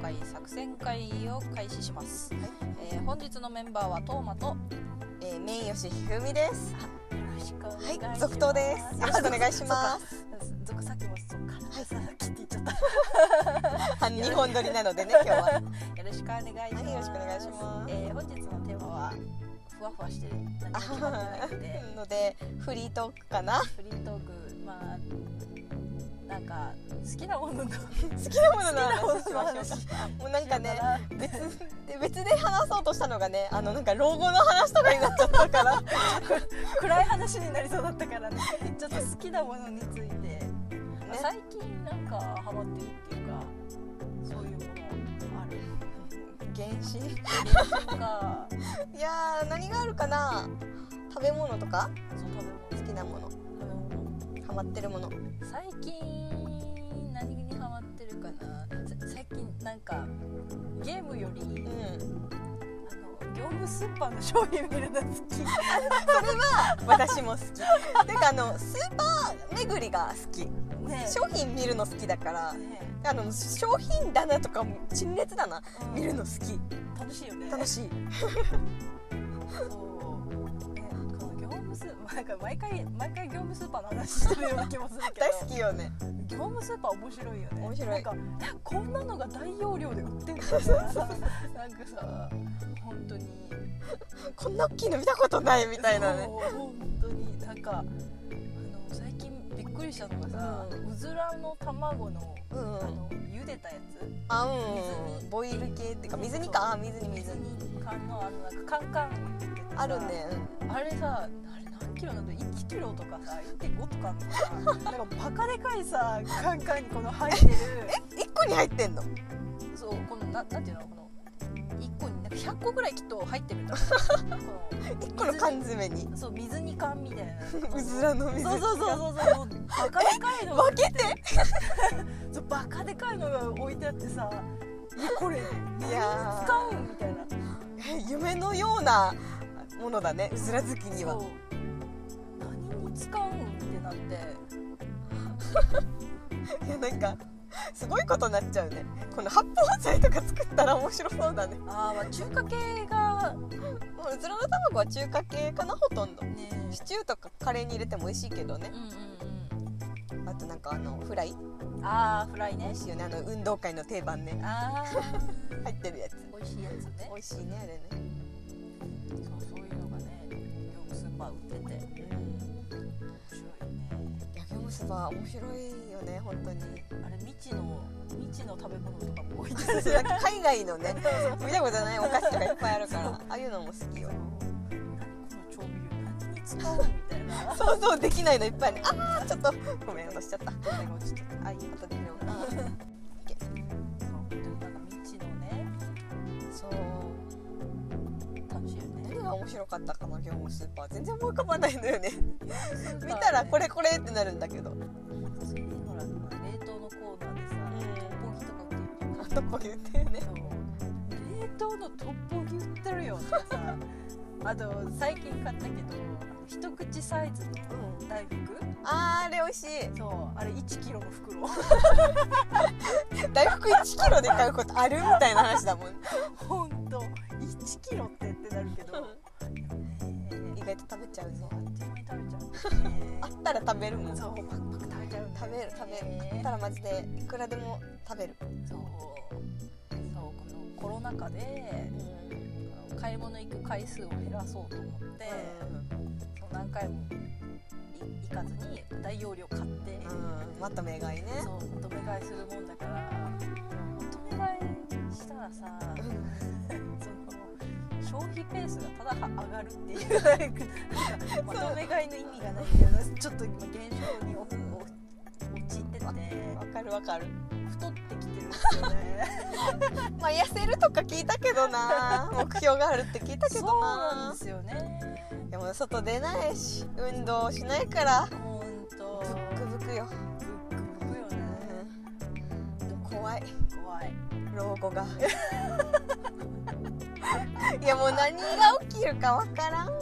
会作戦会を開始します、えー本日のメンバーはトーマとよえー、名吉ひふみです。ろしくお願いしますはい、続投です。よろしくお願いします。続さっきもそうかはいさっきって言っちゃったよ半 日本撮りなのでね、今日 は。ろしくお願いします、はいよろしくお願いしますえー本日のテーマはふわふわしてる何も決まってないのであので、フリートークかな。フリートークまあなんか好きなものの好きなものの話し好きなもののま話しょうか。もうなんかね、ち別で別で話そうとしたのがね、あのなんか老後の話とかになっちゃったから。ょっと暗い話になりそうだったからね ちょっと好きなものについて、まあ最近なんかハマってるっていうかそういうもの ある原始。なんかいやー、何があるかな。食べ物とか、そう食べ物好きなもの、食べ物ハマってるもの。最近何にハマってるかなさ最近なんかゲームよりうん。あの業務スーパーの商品見るの好き私も好き。 てかあのスーパー巡りが好き。ね商品見るの好きだから。ねあの商品棚とかも陳列棚うん見るの好き楽しいよね楽しいそうねこの業務スーパーなんか毎回毎回業務スーパーの話してるような気もするけ ど大好きよね業務スーパー面白いよね面白いなんかえこんなのが大容量で売ってんのみたいなさなんかさ本当にこんな大きいの見たことないみたいなねそう本当になんかあの最近びっくりしたのがさ、ううずらの卵のうんあの茹でたやつあうんボイル系っていうか水煮かあ水煮水水煮煮缶のあのなんかカンカンって言ってさあるねあれさあれ何キロなんだ1キロとかさ1.5とかあんのか ななんかバカでかいさカンカンにこの入ってる一個に入ってんのそうこのななんていうのこの1個になんか100個ぐらいきっと入って るんだこ一個の缶詰にのそう水煮缶みたいなうずらの 水煮そうそうそうそうそうバカでかいのが分けて そうバカでかいのが置いてあってさいやこれいや使うみたいなー夢のようなものだねうずら好きにはそう何に使うんってなっていやなんかすごいことになっちゃうねこの発泡剤とか作ったら面白そうだねあーまあ中華系がもううずらの卵は中華系かなほとんどねシチューとかカレーに入れても美味しいけどねうんうんあとなんかあのフライうんああフライ美ね味しいよねあの運動会の定番ねああ 入ってるやつ美味しいやつね美味しいねあれねそうそういうのがね業務スーパー売ってて面白いよねうんヤギョムスバ面白いよね本当にあれ未知の未知の食べ物とかも置 いてそうるそうなんか海外の ね見たことないお菓子とかいっぱいあるからああいうのも好きよ何この調味料何に使うみた いな想像できないのいっぱいあるあーちょっとごめん落としちゃったなんか落ちちゃったあいいことできるのかなそう本当になんか未知のねそう楽しいよね何が面白かったかな業務スーパー全然思い浮かばないのよね見たらこれこれってなるんだけどうん普通にほら冷凍のコーナーでさトッポギとか売ってるあとこう言ってるねそう冷凍のトッポギ売ってるよとか さあと最近買ったけど一口サイズのう大福んあーあれ美味しいそうあれ1キロの袋大福1キロで買うことあるみたいな話だもんほんと1キロってってなる けど、意ね外と食べちゃうぞあっという間に食べちゃう、ねあったら食べるもんそうパクパク食べちゃうんだよね食べる食べるあったらマジでいくらでも食べる、そうそうこのコロナ禍であの買い物行く回数を減らそうと思って、そう何回もい行かずに大容量買って、うんまとめ買いねそうまとめ買いするもんだからまとめ買いしたらさその消費ペースがただ上がるっていうなんかまとめ買いの意味がないっていうのがちょっと今現象におお陥っててわかるわかる太ってきてるんですよねまあ痩せるとか聞いたけど な目標があるって聞いたけそうどなんなですよねでも外出ないし運動しないからほんとブックブクよ、ブックブクよねうんでも怖い怖い老後 がいやもう何が起きるかわからんて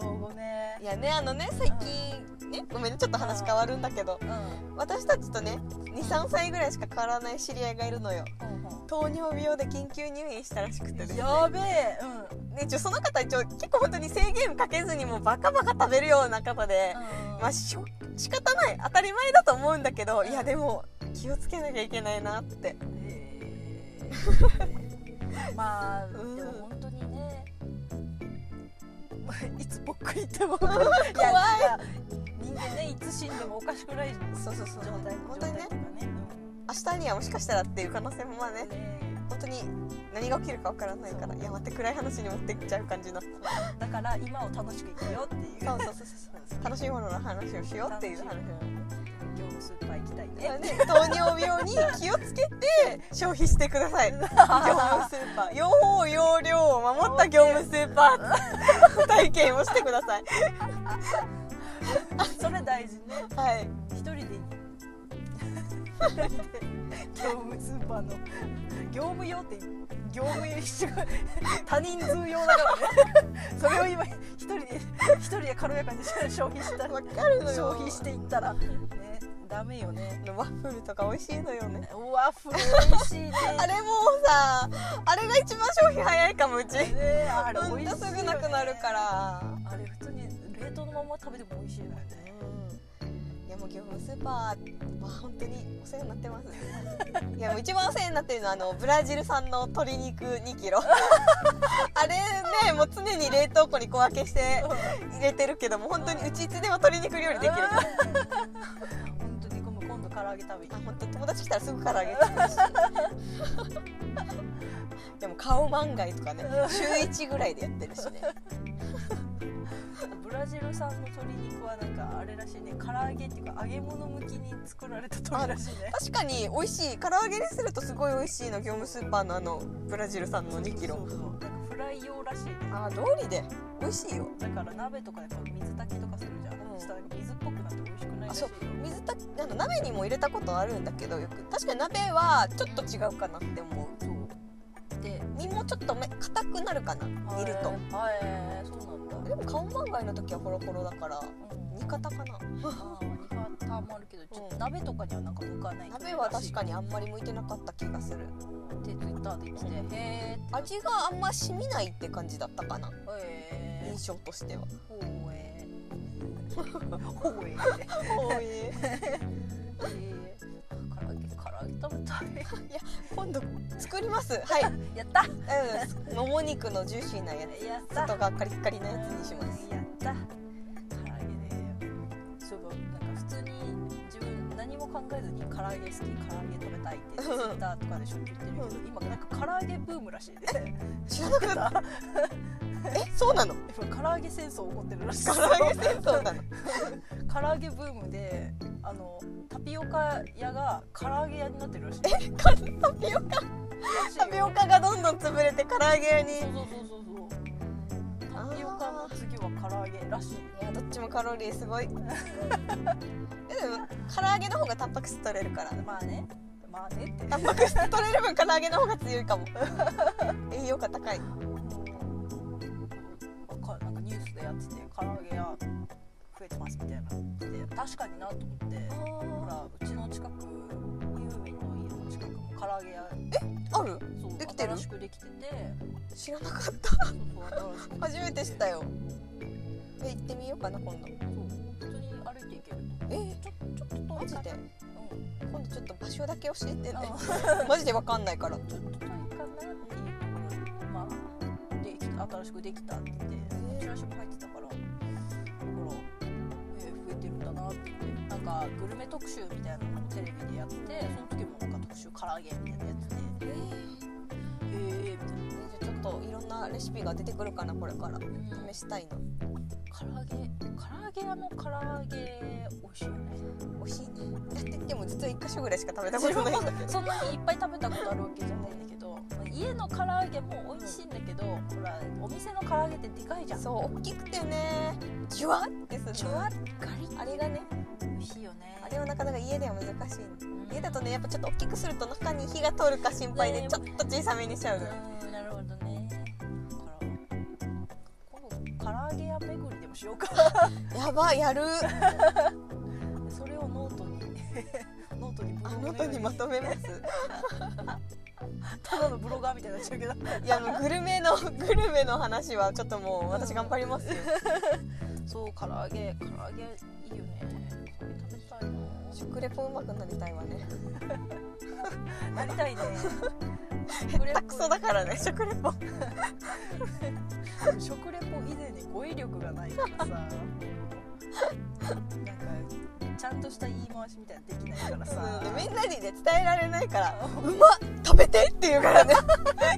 老後ねいやねあのね最近ねごめんねちょっと話変わるんだけどうん私たちとね23歳ぐらいしか変わらない知り合いがいるのよほんほん糖尿病で緊急入院したらしくてですねやべえうん、うんね一応その方一応結構本当に制限かけずにもうバカバカ食べるような方で、まあしょ仕方ない当たり前だと思うんだけどいやでも気をつけなきゃいけないなってえー まあ、うんでも本当にね いつぽっくりって も怖いや人間ねいつ死んでもおかしくないそうそうそう状態本当に状態とかねね明日にはもしかしたらっていう可能性もまあうねんね本当に何が起きるかわからないからいや待って暗い話に持ってっちゃう感じになっただから今を楽しく生きようっていうそうそうそう そう楽しいものの話をしようっていう話業務スーパー行きたいねなので糖尿病に気をつけて消費してく ださい業務スーパー用法用量を守った業務スーパ ー体験をしてください それ大事ねはい一人で業務スーパーの業務用って業務用一緒他人数用だからねそれを今一人で一人で軽やかに消費したわかるのよ消費していったらねダメよねワッフルとか美味しいのよねワッフル美味しいねあれもうさあれが一番消費早いかもうちねあれほん美と味しいよすねぐなくなるからあれ普通に冷凍のまま食べても美味しいよねうんいやもう業務スーパーは本当にお世話になってますいやもう一番お世話になってるのはあのブラジル産の鶏肉2キロあれねもう常に冷凍庫に小分けして入れてるけども本当にうちいつでも鶏肉料理できるからあ本当に今度今度唐揚げ食べに行本当友達来たらすぐ唐揚げ作るしでも顔万が一とかね週1ぐらいでやってるしねくブラジル産の鶏肉はなんかあれらしいね唐揚げっていうか揚げ物向きに作られた鶏らしいね確かに美味しい唐揚げにするとすごい美味しいの業務スーパーのあのブラジル産の2キロそうそうなんかフライ用らしいねあー通りで美味しいよだから鍋とかでこう水炊きとかするじゃん、うんしたらなんか水っぽくなって美味しくないらしいよあ水炊きあの鍋にも入れたことあるんだけどよく確かに鍋はちょっと違うかなって思うで身もちょっとめ硬くなるかな煮るとはいはいそうなんだでも顔万がいの時はホロホロだからうん煮方かなあー煮方もあるけどちょっと鍋とかにはなんか向かない鍋は確かににあんまり向いてなかった気がするってツイッターで言ってて、へーって味があんま染みないって感じだったかなへー印象としてはほうえ ーほうえーってえー唐揚げ唐揚げ食べた 今度作りますはいいやったうんもも肉のジューシーなやつやった外がカリッカリなやつにしますやった唐揚げねそういえばなんか普通に自分何も考えずに唐揚げ好き唐揚げ食べたいってツイッターとかでしょっちゅう言ってるけど今なんか唐揚げブームら しいね知らなかったえそうなの今唐揚げ戦争起こってるらしい唐揚げ戦争なの唐揚げブームであのタピオカ屋が唐揚げ屋になってるらしいえタピオカタピオカカがどんどん潰れて唐揚げ屋にいそうそうそうそうそうタピオカの次は唐揚げらしいやどっちもカロリーすごい えでも唐揚げの方がタンパク質取れるからまあねまあねってタンパク質取れる分唐揚げの方が強いかも 栄養価高いかなんかニュースでやってて唐揚げ屋増えてますみたいなで確かになと思ってほらうちの近くユーミンの家の近くも唐揚げ屋あるそうできてる新しくできてて知らなかったそうそう新しく初めて知ったよよえ行ってみようかな今度そう普通に歩いていけるえとちょちょっと遠いマジでうん今度ちょっと場所だけ教えてねあ マジでわかんないからちょっと遠いかなっていうところまあでき新しくできたって言ってーチラシも入ってたからだから、えー増えてるんだなって言ってなんかグルメ特集みたいなのをテレビでやってその時もなんか特集唐揚げみたいなやつでえーへえみたいなねじゃあちょっといろんなレシピが出てくるかなこれから試試ししたいな唐揚げ唐揚げ屋の唐揚げ美味しいよね美味しいねだってでも実は1箇所ぐらいしか食べたことないんだけどそんなにいっぱい食べたことあるわけじゃないんだけどまあ家の唐揚げも美味しいんだけどほらお店の唐揚げってでかいじゃんそう大きくてねジュワってするちょわっガリッあれがね美味しいよねあれはなかなか家では難しいねうん家だとねやっぱちょっと大きくすると中に火が通るか心配でねちょっと小さめにしちゃうのようーんなるほどねだから今度唐揚げ屋巡りでもしよう かやばいやるそれを ノートにノートにブあ ログのよう元にまとめますただのブロガーみたいになっちゃうけどいやもうグルメのグルメの話はちょっともう私頑張りますよ、 そう唐揚げ唐揚げいいよね唐揚げ食べたい 食レポうまくなりたいわねななりたいね下手くそだからね食レポ 食レポ以前に語彙力が ないからさなんかちゃんとした言い回しみたいなのできないからさうんみんなにね伝えられないから「 うまっ食べて!」って言うからね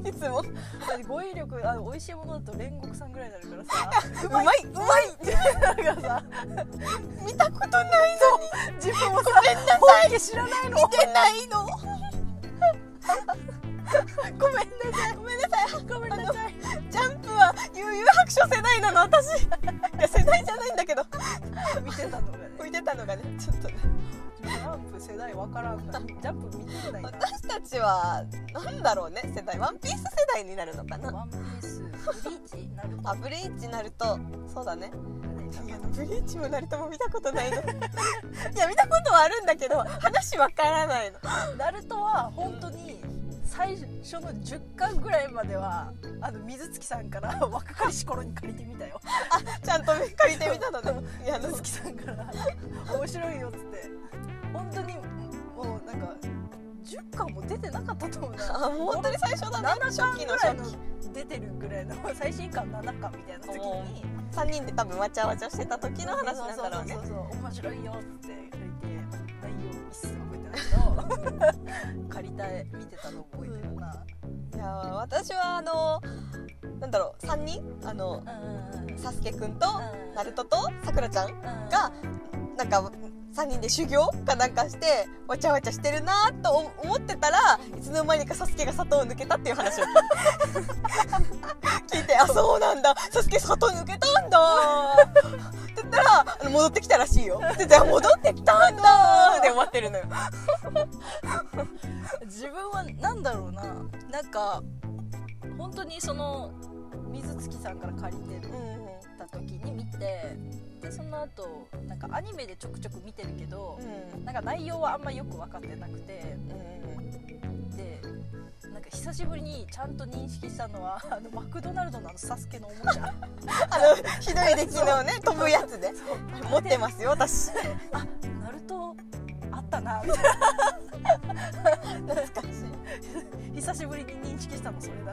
いつも「語彙力あ美味しいものだと煉獄さんぐらいになるからさ うまいうまい!」だから さ見たことないのに自分もさ本家知らないの見てない のごめんなさいごめんなさいごめんなさいジャンプは悠々白書世代なの私 いや世代じゃないんだけど見てたのがね見てたのがねちょっとねジャンプ世代わからんからジャンプ見てないな私たちはなんだろうね世代ワンピース世代になるのかなワンピースブリーチナルトあブリーチなるとそうだねいやブリーチもなるとも見たことないのいや見たことはあるんだけど話わからないのナルトは本当に最初の10巻ぐらいまではあの水月さんから若かりし頃に借りてみたよちゃんと借りてみた のねいやあの水月さんから面白いよっつって本当にもうなんか10巻も出てなかったと思うあなもう本当に最初だね7初巻期ぐのらい初の期出てるぐらいの最新巻7巻みたいな時に3人で多分わちゃわちゃしてた時の話なんだろうねそうそうそうそう面白いよって借りて内容一切覚えてないけど借りたい見てたの覚えてるな、いや私はあのなんだろう3人あうんのうんサスケくんとうんナルトとさくらちゃうんんがなんか3人で修行かなんかしてわちゃわちゃしてるなと思思ってたらいつの間にかサスケが砂糖抜けたっていう話 を聞いてあそうなんだサスケ砂糖抜けたんだって言ったらあの戻ってきたらしいよって言ってあ戻ってきたんだって思ってるのよ自分はなんだろうななんか本当にその水月さんから借りてた時に見てでその後なんかアニメでちょくちょく見てるけどう、んなんか内容はあんまよく分かってなくてうんでなんか久しぶりにちゃんと認識したのは あのマクドナルドのあのサスケのおもち ゃあのひどい出来のね飛ぶやつで持ってますよ私あナルトあったな みたい懐かしいな久しぶりに認識したのそれだな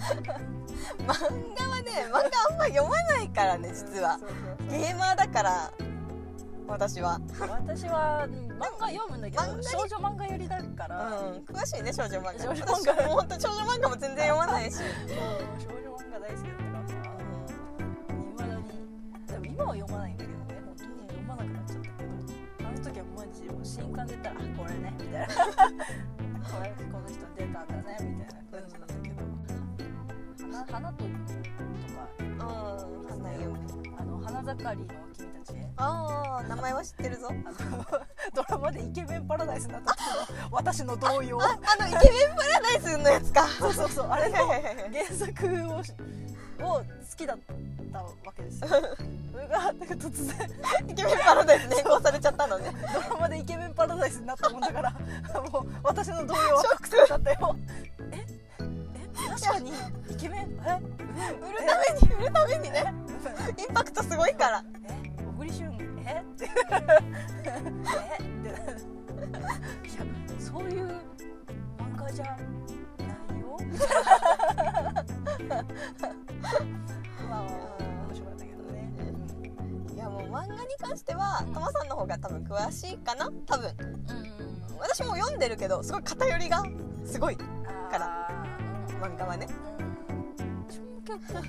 漫画はね漫画あんま読まないからね実はそうそうそうゲーマーだから私は私はうん漫画読むんだけど漫画に少女漫画寄りだかうら、ん詳しいね少女漫画少女漫画私もうほんと少女漫画も全然読まないし、少女漫画大好きだったからさいまだにでも今は読まないんだけどね本当に読まなくなっちゃったけどあの時はマジもう新刊出たらあこれねみたいなこれこの人出たんだねみたいな感じだったけど花花と夢とかうんうん花嫁あの花盛りの君たちああ名前は知ってるぞあのドラマでイケメンパラダイスになった時の私の動揺ああのイケメンパラダイスのやつかそうそうそうあれのはいはいはいはい原作をしを好きだったわけですよそれがなんか突然イケメンパラダイス連行されちゃったのねドラマでイケメンパラダイスになったもんだから もう私の動揺はショッククだったよええ確かにイケメンえ売るために売るためにねインパクトすごいからえ小栗旬えってえっていやそういう漫画じゃない よみたいなまあ面白かったけどね、いやもう漫画に関してはトマさんの方が多分詳しいかな多分うん私も読んでるけどすごい偏りがすごいあーから漫画はねうん私も結構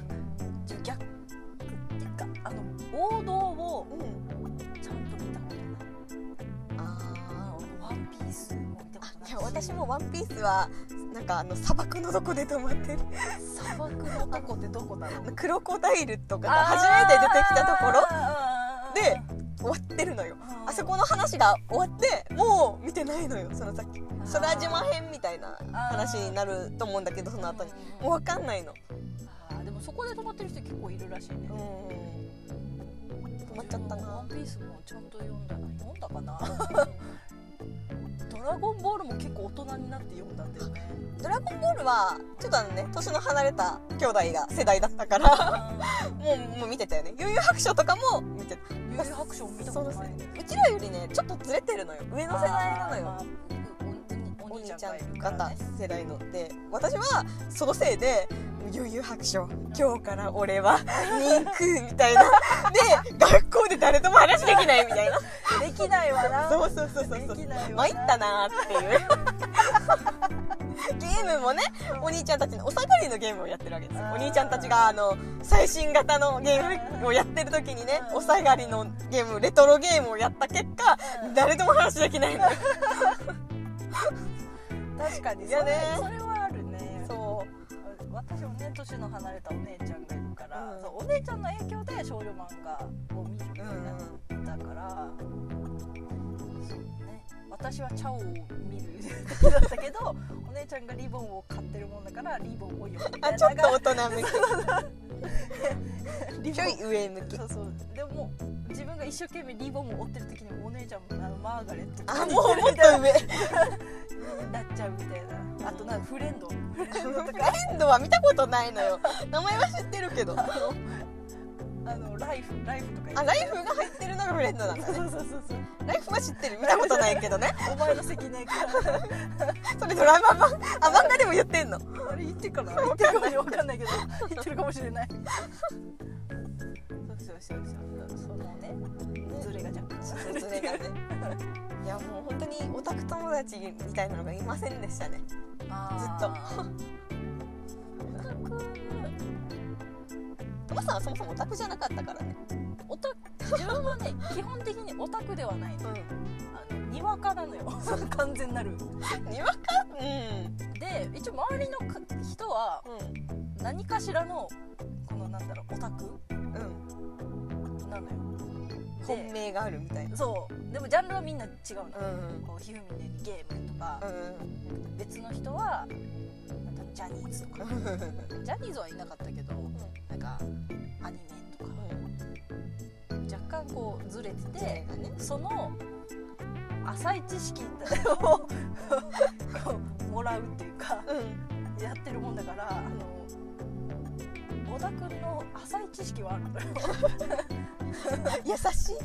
じゃ逆っていうかあの王道をうんちゃんと見たことないああのワンピースも見たこあとないいや私も「ワンピースはなんかあの砂漠のどこで止まってる砂漠のとこってどこだろうあのクロコダイルとかが初めて出てきたところで終わってるのよあそこの話が終わってもう見てないのよその先空島編みたいな話になると思うんだけどその後にもうう分かんないのあーでもそこで止まってる人結構いるらしいねうん止まっちゃったワなンピースもちゃんと読んだな読んだかな ドララゴンボールも結構大人になって読んだんだよねドラゴンボールはちょっとあのね年の離れた兄弟が世代だったからもうもう見てたよね悠々白書とかも見てた幽遊白書も見たそこうとですないねんだようちらよりねちょっとずれてるのよ上の世代なのあーよまあおおお兄兄ちちゃんゃがいんるから方ね世代ので私はそのせいで「悠々白書今日から 俺は人空」みたいなで学校で誰とも話できないみた いなできないわなそうそうそうそうそうできないわ参ったなーっていうゲームもねお兄ちゃんたちのお下がりのゲームをやってるわけですよお兄ちゃんたちがあの最新型のゲームをやってる時にねお下がりのゲームレトロゲームをやった結果誰とも話できないの確かにいそれやねそれはあるねそう私もね年の離れたお姉ちゃんがいるから、うんそうお姉ちゃんの影響で少女漫画を見るようになったから、そうね私はチャオを見る時だったけどお姉ちゃんがリボンを買ってるもんだからリボンを読むみたいあなちょっなんかと大人向きリちボょンい上向きそうそうでも自分が一生懸命リボンを追ってる時にもお姉ちゃんもあのマーガレットあもうもっみとたい上ななっちゃうみたいなあとなんかフレ ンドフレンドとかエンドは見たことないのよ名前は知ってるけどああのライフライフとかライフが入ってるのがフレンドなんだそうそうそうそうライフは知ってる見たことないけどねお前の責任からそれドラマ版あ漫画でも言ってんのあれ言ってるかな言ってるかもしれない分かんないけど言ってるかもしれないそうそうそうそうそのねズレが若干そうそれがねいやもう本当にオタク友達みたいなのがいませんでしたねトマさんはそもそもオタクじゃなかったからねオタク自分はね基本的にオタクではないのあのにわかなの よ完全なるうんにわかうんで一応周りのか人は何かしらのこのなんだろうオタクうんうんなのよで本命があるみたいなそうでもジャンルはみんな違うの、うんこうひふみんにゲームとかう、ん別の人はなんだろうジャニーズとかうんジャニーズはいなかったけど、なんかアニメとか若干こうずれてそれてがねその浅い知識を こうもらうっていうかうんやってるもんだからあの小田君の浅い知識はあるんだよ優しい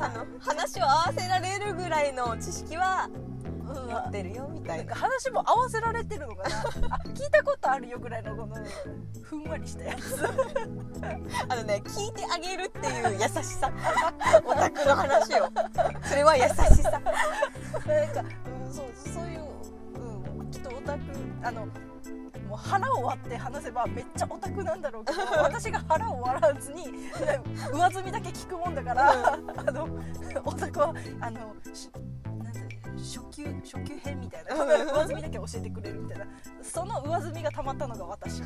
あの話を合わせられるぐらいの知識はうん持ってるよみたないんかな話も合わせられてるのかなあ聞いたことあるよぐらいのこのふんわりしたやつあのね聞いてあげるっていう優しさ オタクの話をそれは優しさなんか、うん、そうそういう、うん、きっとオタクあのもう腹を割って話せばめっちゃオタクなんだろうけど私が腹を割らずにね上積みだけ聞くもんだから、あのオタクはあのしなんて初級初級編みたいなうん上積みだけ教えてくれるみたいなその上積みがたまったのが私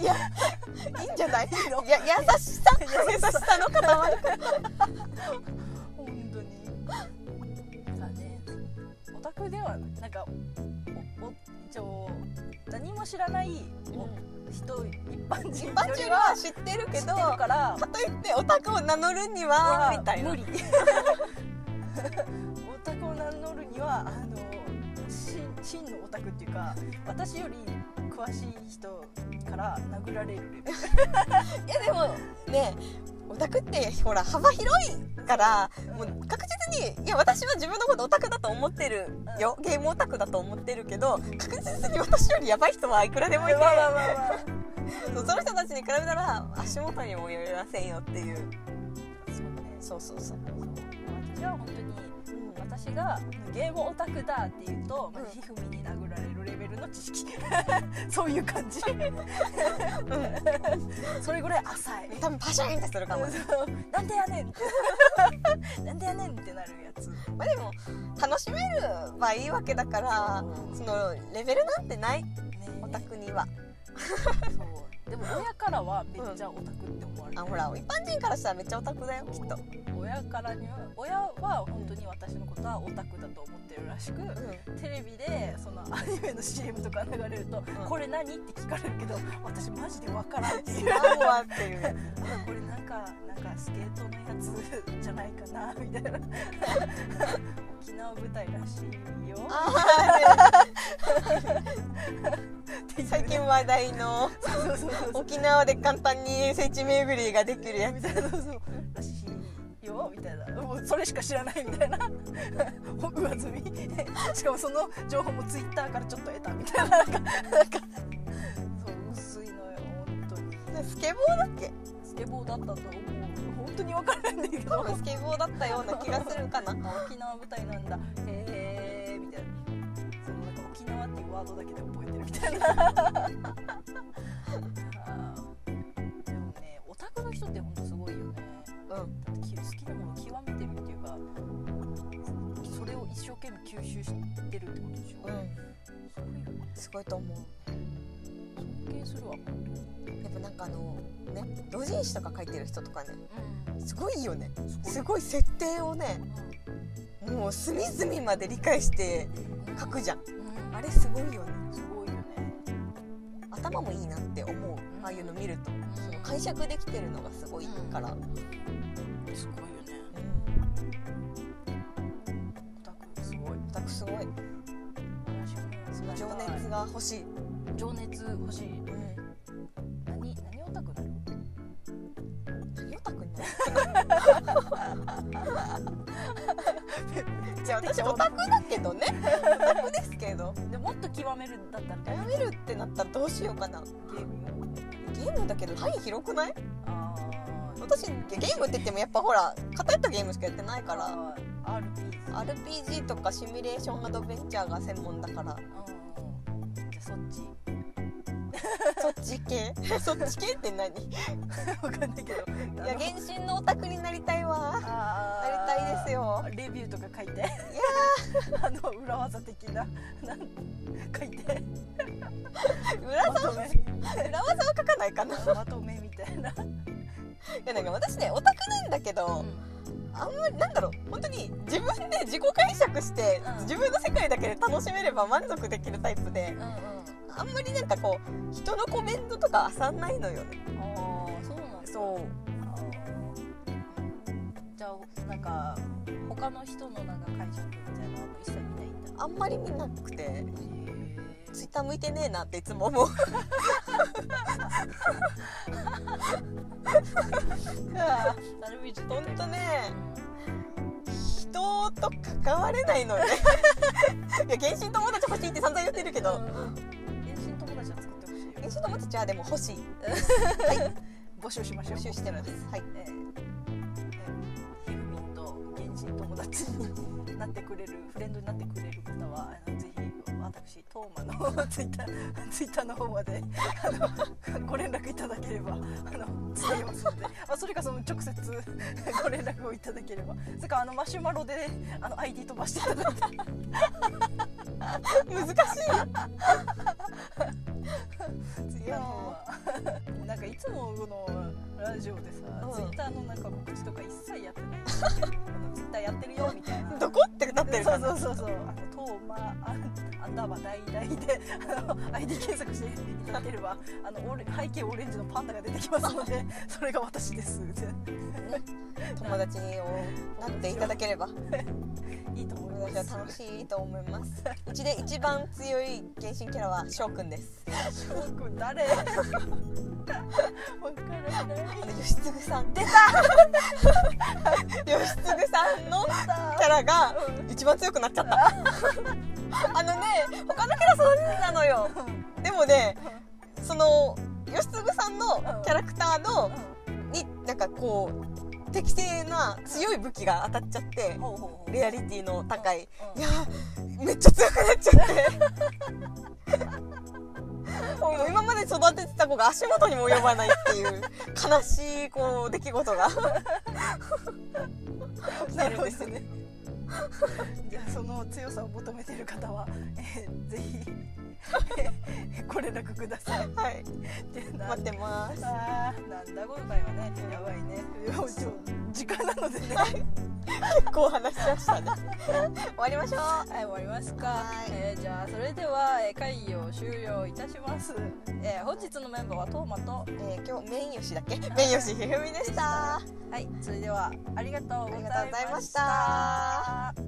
いやいいんじゃないいや優しさ優しさの塊本当にだねオタクではないなんかおお一応何も知らない、人一般人一般より人はは知って知るっけてるどかからといってオタクを名乗るにはみたいな無理 オタクを名乗るにはあの真真のオタクっていうか私より詳しい人から殴られるレベルいやでもねオタクってほら幅広いからもう確実にいや私は自分のことオタクだと思ってるよゲームオタクだと思ってるけど確実に私よりヤバい人はいくらでもいてわわわわそうその人たちに比べたら足元にも及びませんよっていうそうねそうそうそそう、う私は本当に私がゲームオタクだって言うと、まあ、ひふみに殴られるレベルの知識 そういう感じそれぐらい浅い多分パシャンってするかも、うんなんでやねんってなんで やねんってなるやつまあ、でも楽しめればいいわけだからそのレベルなんてないねオタクにはそうでも親からはめっちゃオタクって思われてある、ほら一般人からしたらめっちゃオタクだよきっと、親からには親は本当に私のことはオタクだと思ってるらしく、テレビでそのアニメの CM とか流れると「これ何?」って聞かれるけど私マジでわからんっていう あもうあっていうこれなんかなんかスケートのやつじゃないかな みたいな沖縄舞台らしいよ あーっていうね最近話題のそうそうそうそう沖縄で簡単に聖地巡りができるやみつたいなそうそうらしいよみたいなもうそれしか知らないみたいな上積みしかもその情報もツイッターからちょっと得たみたいななんかなんかそう薄いのよ本当にスケボーだっけスケボーだったと思う本当に分からないんだけど多分スケボーだったような気がするかなあ沖縄舞台なんだへえみたいなそのなんか沖縄っていうワードだけで覚えてるみたいなあーでもねオタクの人ってほんとすごいよねうんだってき好きなものを極めてるっていうかそれを一生懸命吸収してるってことでしょ、うんすごいよねすごいと思う尊敬するわ、やっぱなんかあのね同人誌とか書いてる人とかねすごいよねすすごい設定をねもう隅々まで理解して書くじゃんうんああれれすごいよねすごいよね頭もいいなって思うああいうの見るとその解釈できてるのがすごいから、すごいよねオタクすごい私すごい私もその情熱が欲しい、情熱欲しい何何オタクなの何オタクになる じゃあ私オタクだけどねオタクですけどでもっと極めるんだったらやめるってなったらどうしようかなゲームゲームだけど範囲広くないあ私ゲームって言ってもやっぱほら偏ったゲームしかやってないあからら RP あ RPG とかシミュレーションアドベンチャーが専門だからじゃあそっちそっち系そっち系って何い わかんないけどや原神のオタクになりたいわなりあーたいですよレビューとか書いていや あの裏技的ななん書いて裏ま技とをめ裏技は書かないかないまとめみたいな、やなんか私ねオタクなんだけどあんまりなんだろう本当に自分で自己解釈してうん自分の世界だけで楽しめれば満足できるタイプでうんうんあんまりなんかこう人のコメントとか漁んないのよねああそうなんだそうじゃあなんか他の人のなんか解釈みたいなのも一切見ないんだあんまり見なくてへツイッター向いてねえなっていつも思うえなるみちほんとね人と関われないのよねいや原神友達欲しいって散々言ってるけけどど原神友達は作ってほしいよ原神友達はでも欲しい募集しましょう募集してますはいえーえーひふみんと原神友達になってくれるフレンドになってくれる方はあのぜひ私トーマのツイッターツイッターの方まであのご連絡いただければあのつなげますのであそれかその直接ご連絡をいただければそれかあのマシュマロであの ID 飛ばしていただいて難しい次の方はなんかいつもこのラジオでさ、うんツイッターのなんか告知とか一切やって ないあのツイッターやってるよみたいなどこってなってるそかうなそうそうそうあのトーマアンアンダーバー大々であの ID 検索していただければあのオレ背景オレンジのパンダが出てきますの でそれが私です友達になっていただければいいと思いま私すは楽しいと思いますうちで一番強い原神キャラは翔くんです翔くん 誰わからないあの吉嗣さん出た 吉嗣さんのキャラが一番強くなっちゃったあのね他のキャラ育てたのよでもねその吉嗣さんのキャラクターのになんかこう適正な強い武器が当たっちゃってほうほうほ うレアリティの高いうんいやーめっちゃ強くなっちゃ ってもう今まで育ててた子が足元にも及ばないっていう悲しいこう出来事が起きてるんですよね じゃあその強さを求めてる方は、えー、ぜひご連絡くださいっはいてな待ってますあーなんだ今回はねやばいねもうちょ時間なのでね結構話しましたね終わりましょうはい、終わりますかはい。えーじゃあ、それでは、えー会議を終了いたします。えー本日のメンバーはトーマと。えー今日メインヨシだっけメインヨシひふみでしたはい、それではありがとうございました。ありがとうございました